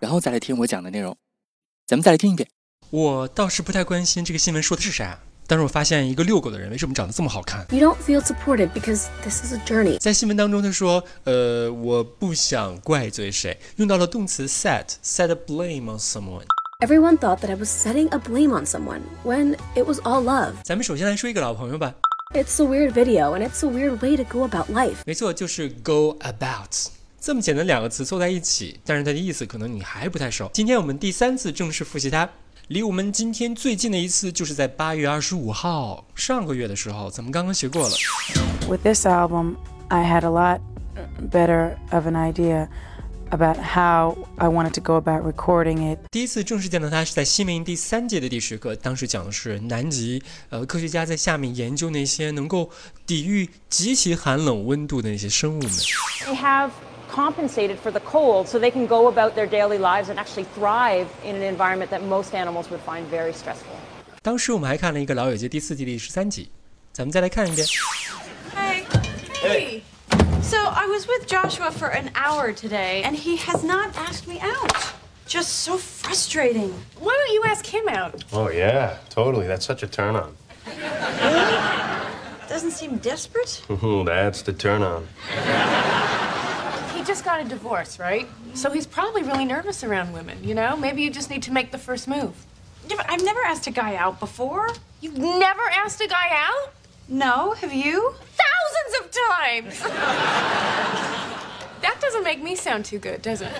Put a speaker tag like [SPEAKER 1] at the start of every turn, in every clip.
[SPEAKER 1] 然后再来听我讲的内容。咱们再来听一遍。
[SPEAKER 2] 我倒是不太关心这个新闻说的是啥，但是我发现一个遛狗的人为什么长得这么好看？
[SPEAKER 3] You don't feel supported because this is a journey.
[SPEAKER 2] 在新闻当中他说，呃，我不想怪罪谁，用到了动词 set，set a blame on someone。
[SPEAKER 3] Everyone thought that I was setting a blame on someone when it was all love.
[SPEAKER 2] 咱们首先来说一个老朋友吧，
[SPEAKER 3] It's a weird video and it's a weird way to go about life.
[SPEAKER 2] 没错，就是 go about。这么简单两个词凑在一起，但是它的意思可能你还不太熟。今天我们第三次正式复习它，离我们今天最近的一次就是在八月二十五号，上个月的时候，咱们刚刚学过了。
[SPEAKER 4] With this album, I had a lot better of an idea about how I wanted to go about recording it
[SPEAKER 2] 第一次正式见到他是在西梅营第三届的第十课，当时讲的是南极，呃，科学家在下面研究那些能够抵御极其寒冷温度的那些生物们。
[SPEAKER 5] They have compensated for the cold so they can go about their daily lives and actually thrive in an environment that most animals would find very stressful.
[SPEAKER 2] 当时我们还看了一个《老友记》第四季第十三集，咱们再来看一遍。
[SPEAKER 6] Hey. Hey. So I was with Joshua for an hour today, and he has not asked me out. Just so frustrating. Why don't you ask him out?
[SPEAKER 7] Oh, yeah, totally. That's such a turn on.
[SPEAKER 6] Doesn't seem desperate.
[SPEAKER 7] Mhm, That's the turn on.
[SPEAKER 8] He just got a divorce, right? So he's probably really nervous around women, you know? Maybe you just need to make the first move.
[SPEAKER 6] Yeah, but I've never asked a guy out before.
[SPEAKER 8] You've never asked a guy out?
[SPEAKER 6] No, have you?
[SPEAKER 8] Thousands of times! that doesn't make me sound too good, does it?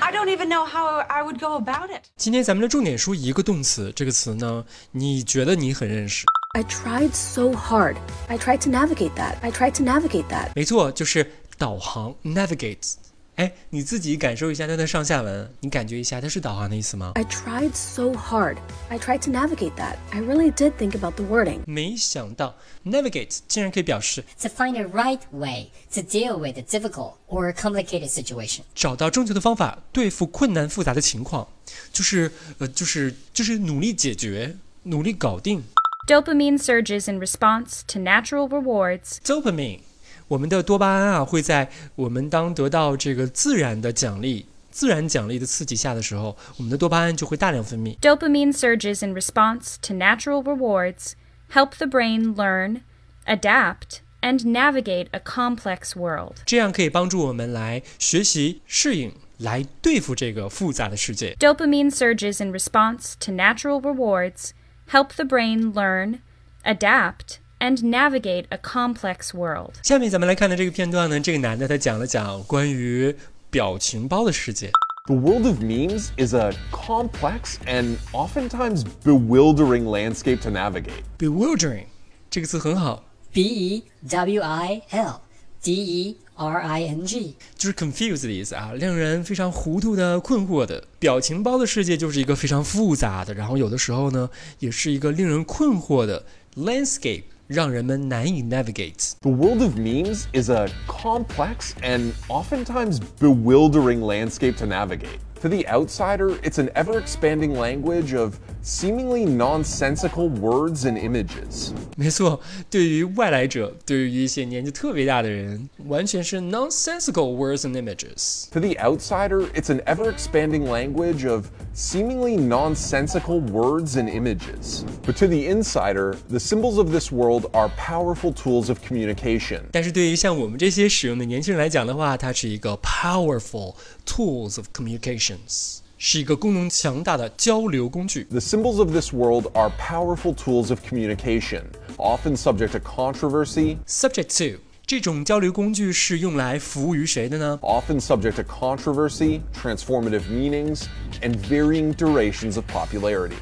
[SPEAKER 6] I don't even know how I would go about it.
[SPEAKER 2] 今天咱们的重点说一个动词，这个词呢，你觉得你很认识？
[SPEAKER 3] I tried so hard. I tried to navigate that. I tried to navigate that.
[SPEAKER 2] 没错，就是导航 navigate。哎，你自己感受一下它的上下文，你感觉一下它是导航的意思吗？
[SPEAKER 3] I tried so hard. I tried to navigate that. I really did think about the wording.
[SPEAKER 2] 没想到 navigate 竟然可以表示
[SPEAKER 9] to find a right way to deal with a difficult or complicated situation.
[SPEAKER 2] 找到正确的方法对付困难复杂的情况，就是呃，就是就是努力解决，努力搞定。
[SPEAKER 10] Dopamine surges in response to natural rewards.
[SPEAKER 2] dopamine，我们的多巴胺啊，会在我们当得到这个自然的奖励、自然奖励的刺激下的时候，我们的多巴胺就会大量分泌。
[SPEAKER 10] Dopamine surges in response to natural rewards help the brain learn, adapt, and navigate a complex world.
[SPEAKER 2] 这样可以帮助我们来学习、适应、来对付这个复杂的世界。
[SPEAKER 10] Dopamine surges in response to natural rewards help the brain learn, adapt, and navigate a complex world.
[SPEAKER 2] 下面咱们来看的这个片段呢，这个男的他讲了讲关于表情包的世界。
[SPEAKER 11] The world of memes is a complex and oftentimes bewildering landscape to navigate.
[SPEAKER 2] bewildering 这个词很好，
[SPEAKER 9] B E W I L D E R I N G.
[SPEAKER 2] 就是 confuse 的意思啊，令人非常糊涂的、困惑的。表情包的世界就是一个非常复杂的，然后有的时候呢，也是一个令人困惑的 landscape，让人们难以 navigate。
[SPEAKER 11] The world of memes is a complex and oftentimes bewildering landscape to navigate. To the outsider, it's an ever expanding language of seemingly nonsensical words and images.
[SPEAKER 2] 没错，对于外来者，对于一些年纪特别大的人，完全是 nonsensical words and images。
[SPEAKER 11] To the outsider, it's an ever expanding language of seemingly nonsensical words and images. But to the insider, the symbols of this world are powerful tools of communication.
[SPEAKER 2] 但是对于像我们这些使用的年轻人来讲的话，它是一个 powerful tools of communications，是一个功能强大的交流工具。
[SPEAKER 11] The symbols of this world are powerful tools of communication, often subject to controversy,
[SPEAKER 2] Subject to 这种交流工具是用来服务于谁的呢？
[SPEAKER 11] often subject to controversy, transformative meanings, and varying durations of popularity.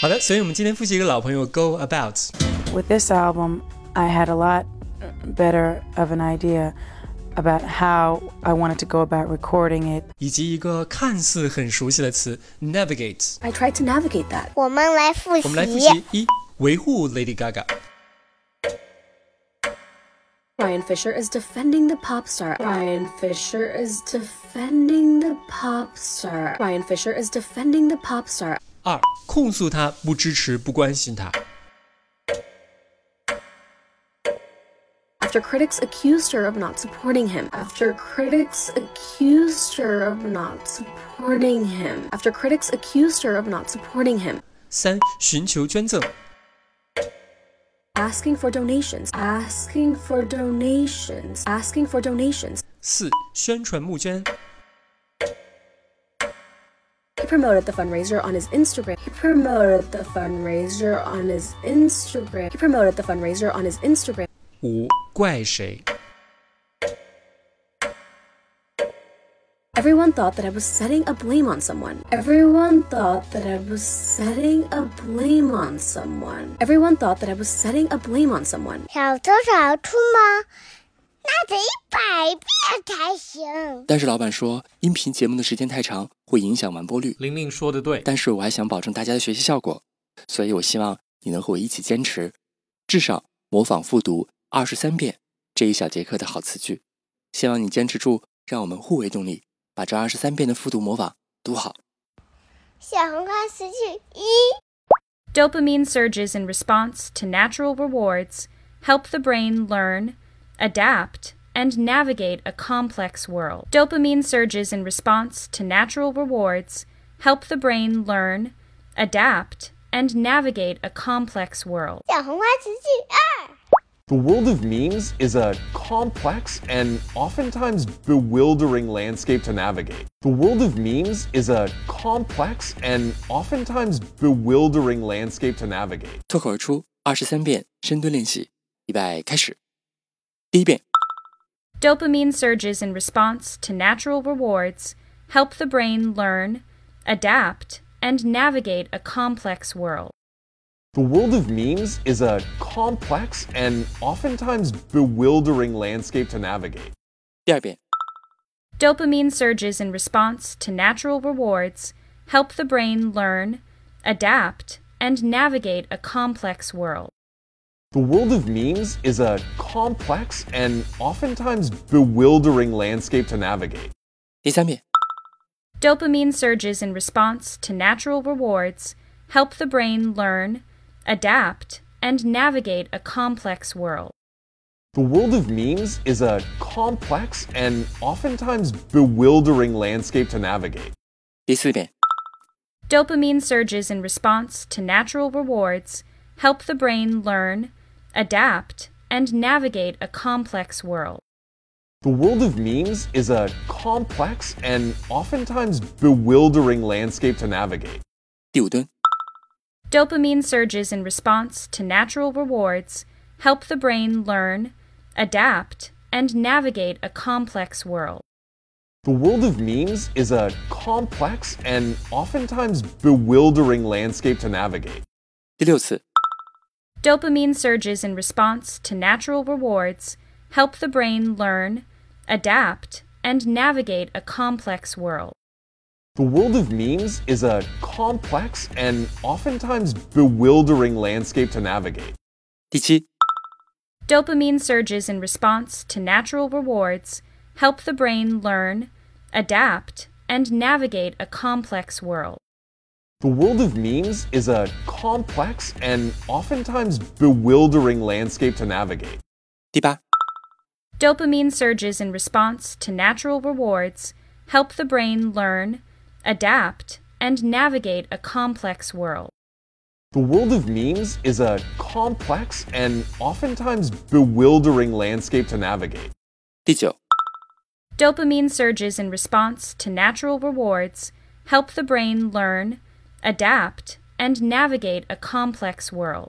[SPEAKER 2] 好的，所以我们今天复习一个老朋友 go about。
[SPEAKER 4] With this album, I had a lot better of an idea about how I wanted to go about recording it.
[SPEAKER 2] 以及一个看似很熟悉的词 navigate。
[SPEAKER 3] I tried to navigate that.
[SPEAKER 12] 我们来复
[SPEAKER 2] 我
[SPEAKER 12] 习
[SPEAKER 2] 们来复习：一、维护 Lady Gaga；
[SPEAKER 3] Ryan Fisher is defending the pop star. Ryan Fisher is defending the pop star. Ryan Fisher is defending the pop star.
[SPEAKER 2] 二、控诉他不支持、不关心他；
[SPEAKER 3] After critics accused her of not supporting him. After critics accused her of not supporting him. After critics accused her of not supporting him.
[SPEAKER 2] 三、寻求捐赠；
[SPEAKER 3] Asking for donations. Asking for donations. Asking for donations.
[SPEAKER 2] 四、宣传募捐；
[SPEAKER 3] He promoted the fundraiser on his Instagram. He promoted the fundraiser on his Instagram. He promoted the fundraiser on his Instagram.
[SPEAKER 2] 五、怪谁；
[SPEAKER 3] Everyone thought that I was setting a blame on someone. Everyone thought that I was setting a blame on someone. Everyone thought that I was setting a blame on someone.
[SPEAKER 12] 小偷小兔吗？那得一百遍才行。
[SPEAKER 1] 但是老板说，音频节目的时间太长，会影响完播率。
[SPEAKER 13] 玲玲说的对，
[SPEAKER 1] 但是我还想保证大家的学习效果，所以我希望你能和我一起坚持，至少模仿复读二十三遍这一小节课的好词句。希望你坚持住，让我们互为动力，把这二十三遍的复读模仿读好。
[SPEAKER 12] 小红花词句一，
[SPEAKER 10] Dopamine surges in response to natural rewards help the brain learn, adapt, and navigate a complex world. Dopamine surges in response to natural rewards help the brain learn, adapt, and navigate a complex world.
[SPEAKER 12] 小红花词句二，
[SPEAKER 11] The world of memes is a complex and oftentimes bewildering landscape to navigate. The world of memes is a complex and oftentimes bewildering landscape to navigate.
[SPEAKER 1] 脱口而出二十三遍深蹲练习，预备开始。第一遍，
[SPEAKER 10] Dopamine surges in response to natural rewards help the brain learn, adapt, and navigate a complex world.
[SPEAKER 11] The world of memes is a complex and oftentimes bewildering landscape to navigate.
[SPEAKER 1] 第二遍，
[SPEAKER 10] Dopamine surges in response to natural rewards help the brain learn, adapt, and navigate a complex world.
[SPEAKER 11] The world of memes is a complex and oftentimes bewildering landscape to navigate.
[SPEAKER 1] 第三遍，
[SPEAKER 10] Dopamine surges in response to natural rewards help the brain learn, adapt, and navigate a complex world.
[SPEAKER 11] The world of memes is a complex and oftentimes bewildering landscape to navigate.
[SPEAKER 1] 第四遍，
[SPEAKER 10] Dopamine surges in response to natural rewards help the brain learn, adapt, and navigate a complex world.
[SPEAKER 11] The world of memes is a complex and oftentimes bewildering landscape to navigate.
[SPEAKER 1] 第五蹲，
[SPEAKER 10] Dopamine surges in response to natural rewards help the brain learn, adapt, and navigate a complex world.
[SPEAKER 11] The world of memes is a complex and oftentimes bewildering landscape to navigate.
[SPEAKER 1] 第六次，
[SPEAKER 10] Dopamine surges in response to natural rewards help the brain learn, adapt, and navigate a complex world.
[SPEAKER 11] The world of memes is a complex and oftentimes bewildering landscape to navigate.
[SPEAKER 1] 第七，
[SPEAKER 10] Dopamine surges in response to natural rewards help the brain learn, adapt, and navigate a complex world.
[SPEAKER 11] The world of memes is a complex and oftentimes bewildering landscape to navigate.
[SPEAKER 1] 第八，
[SPEAKER 10] Dopamine surges in response to natural rewards help the brain learn, adapt, and navigate a complex world.
[SPEAKER 11] The world of memes is a complex and oftentimes bewildering landscape to navigate.
[SPEAKER 1] 第九，
[SPEAKER 10] Dopamine surges in response to natural rewards help the brain learn, adapt, and navigate a complex world.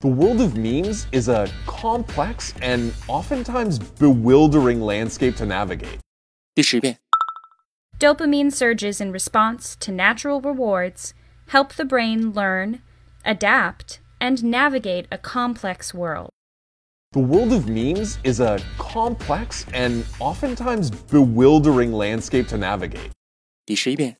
[SPEAKER 11] The world of memes is a complex and oftentimes bewildering landscape to navigate.
[SPEAKER 1] 第十遍，
[SPEAKER 10] Dopamine surges in response to natural rewards help the brain learn, adapt, and navigate a complex world.
[SPEAKER 11] The world of memes is a complex and oftentimes bewildering landscape to navigate.
[SPEAKER 1] 第十一遍，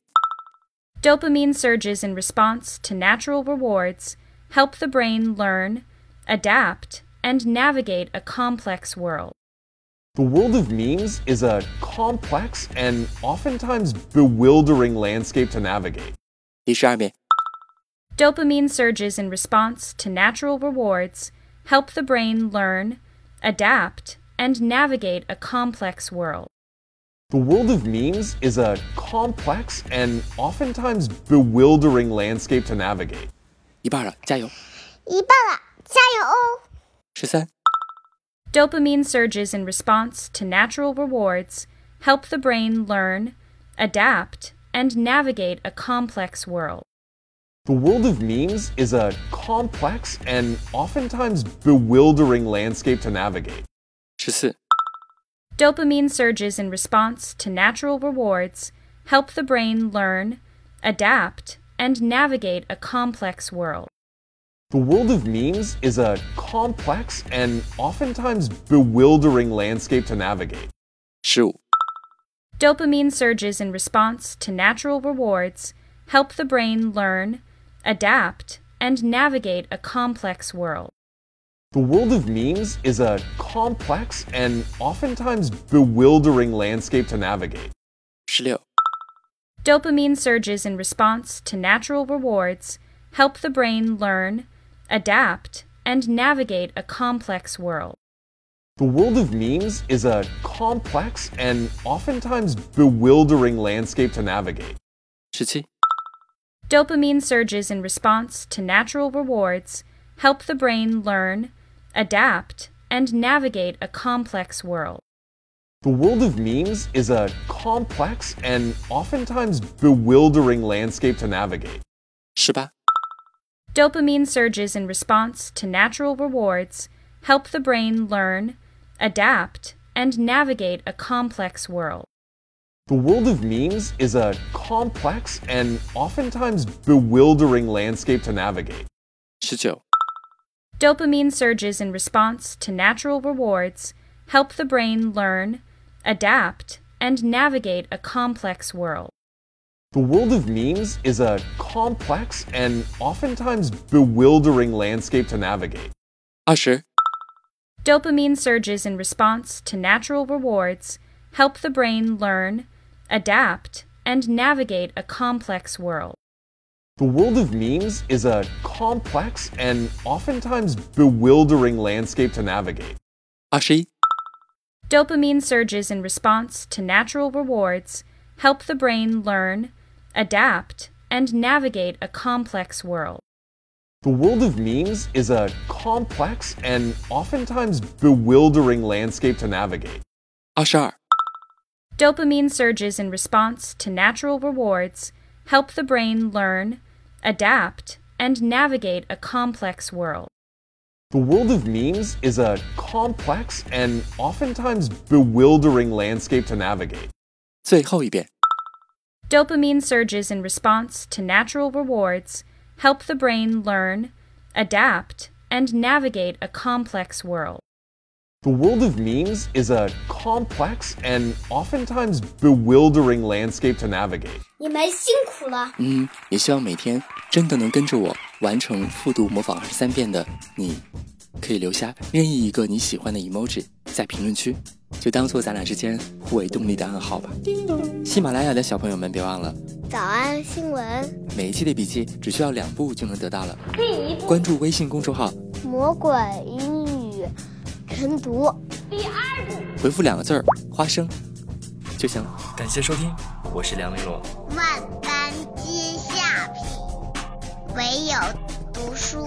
[SPEAKER 10] Dopamine surges in response to natural rewards help the brain learn, adapt, and navigate a complex world.
[SPEAKER 11] The world of memes is a complex and oftentimes bewildering landscape to navigate.
[SPEAKER 1] 第十二遍，
[SPEAKER 10] Dopamine surges in response to natural rewards help the brain learn, adapt, and navigate a complex world.
[SPEAKER 11] The world of memes is a complex and oftentimes bewildering landscape to navigate.
[SPEAKER 1] 一半了，加油！
[SPEAKER 12] 一半了，加油哦！
[SPEAKER 1] 十三、
[SPEAKER 10] Dopamine surges in response to natural rewards help the brain learn, adapt, and navigate a complex world.
[SPEAKER 11] The world of memes is a complex and oftentimes bewildering landscape to navigate.
[SPEAKER 1] 十四、
[SPEAKER 10] Dopamine surges in response to natural rewards help the brain learn, adapt, and navigate a complex world.
[SPEAKER 11] The world of memes is a complex and oftentimes bewildering landscape to navigate.
[SPEAKER 1] 十五、
[SPEAKER 10] Dopamine surges in response to natural rewards help the brain learn, adapt, and navigate a complex world.
[SPEAKER 11] The world of memes is a complex and oftentimes bewildering landscape to navigate.
[SPEAKER 1] 十六、
[SPEAKER 10] Dopamine surges in response to natural rewards help the brain learn, adapt, and navigate a complex world.
[SPEAKER 11] The world of memes is a complex and oftentimes bewildering landscape to navigate.
[SPEAKER 1] 十七、
[SPEAKER 10] Dopamine surges in response to natural rewards help the brain learn, adapt, and navigate a complex world.
[SPEAKER 11] The world of memes is a complex and oftentimes bewildering landscape to navigate.
[SPEAKER 1] 十八、
[SPEAKER 10] Dopamine surges in response to natural rewards help the brain learn, adapt, and navigate a complex world.
[SPEAKER 11] The world of memes is a complex and oftentimes bewildering landscape to navigate.
[SPEAKER 1] 十九、
[SPEAKER 10] Dopamine surges in response to natural rewards help the brain learn, adapt, and navigate a complex world.
[SPEAKER 11] The world of memes is a complex and oftentimes bewildering landscape to navigate.
[SPEAKER 1] 二十、
[SPEAKER 10] Dopamine surges in response to natural rewards help the brain learn, adapt, and navigate a complex world.
[SPEAKER 11] The world of memes is a complex and oftentimes bewildering landscape to navigate.
[SPEAKER 1] 二十一、
[SPEAKER 10] Dopamine surges in response to natural rewards help the brain learn, adapt, and navigate a complex world.
[SPEAKER 11] The world of memes is a complex and oftentimes bewildering landscape to navigate.
[SPEAKER 1] 二十二、
[SPEAKER 10] Dopamine surges in response to natural rewards help the brain learn, adapt, and navigate a complex world.
[SPEAKER 11] The world of memes is a complex and oftentimes bewildering landscape to navigate.
[SPEAKER 1] 最后一遍。
[SPEAKER 10] Dopamine surges in response to natural rewards help the brain learn, adapt, and navigate a complex world.
[SPEAKER 11] The world of memes is a complex and oftentimes bewildering landscape to navigate.
[SPEAKER 12] 你们辛苦了。
[SPEAKER 1] 嗯，也希望每天真的能跟着我完成复读模仿二十三遍的你，可以留下任意一个你喜欢的 emoji 在评论区，就当做咱俩之间互为动力的暗号吧。喜马拉雅的小朋友们，别忘了
[SPEAKER 12] 早安新闻，
[SPEAKER 1] 每一期的笔记只需要两步就能得到了。
[SPEAKER 12] 第一
[SPEAKER 1] 关注微信公众号，
[SPEAKER 12] 魔鬼英语晨读，第二部。
[SPEAKER 1] 回复两个字儿“花生”就行了。感谢收听，我是梁丽罗。
[SPEAKER 12] 万般皆下品，唯有读书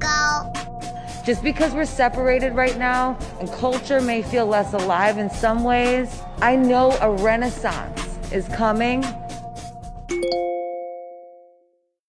[SPEAKER 12] 高。
[SPEAKER 13] Just because we're separated right now and culture may feel less alive in some ways, I know a renaissance is coming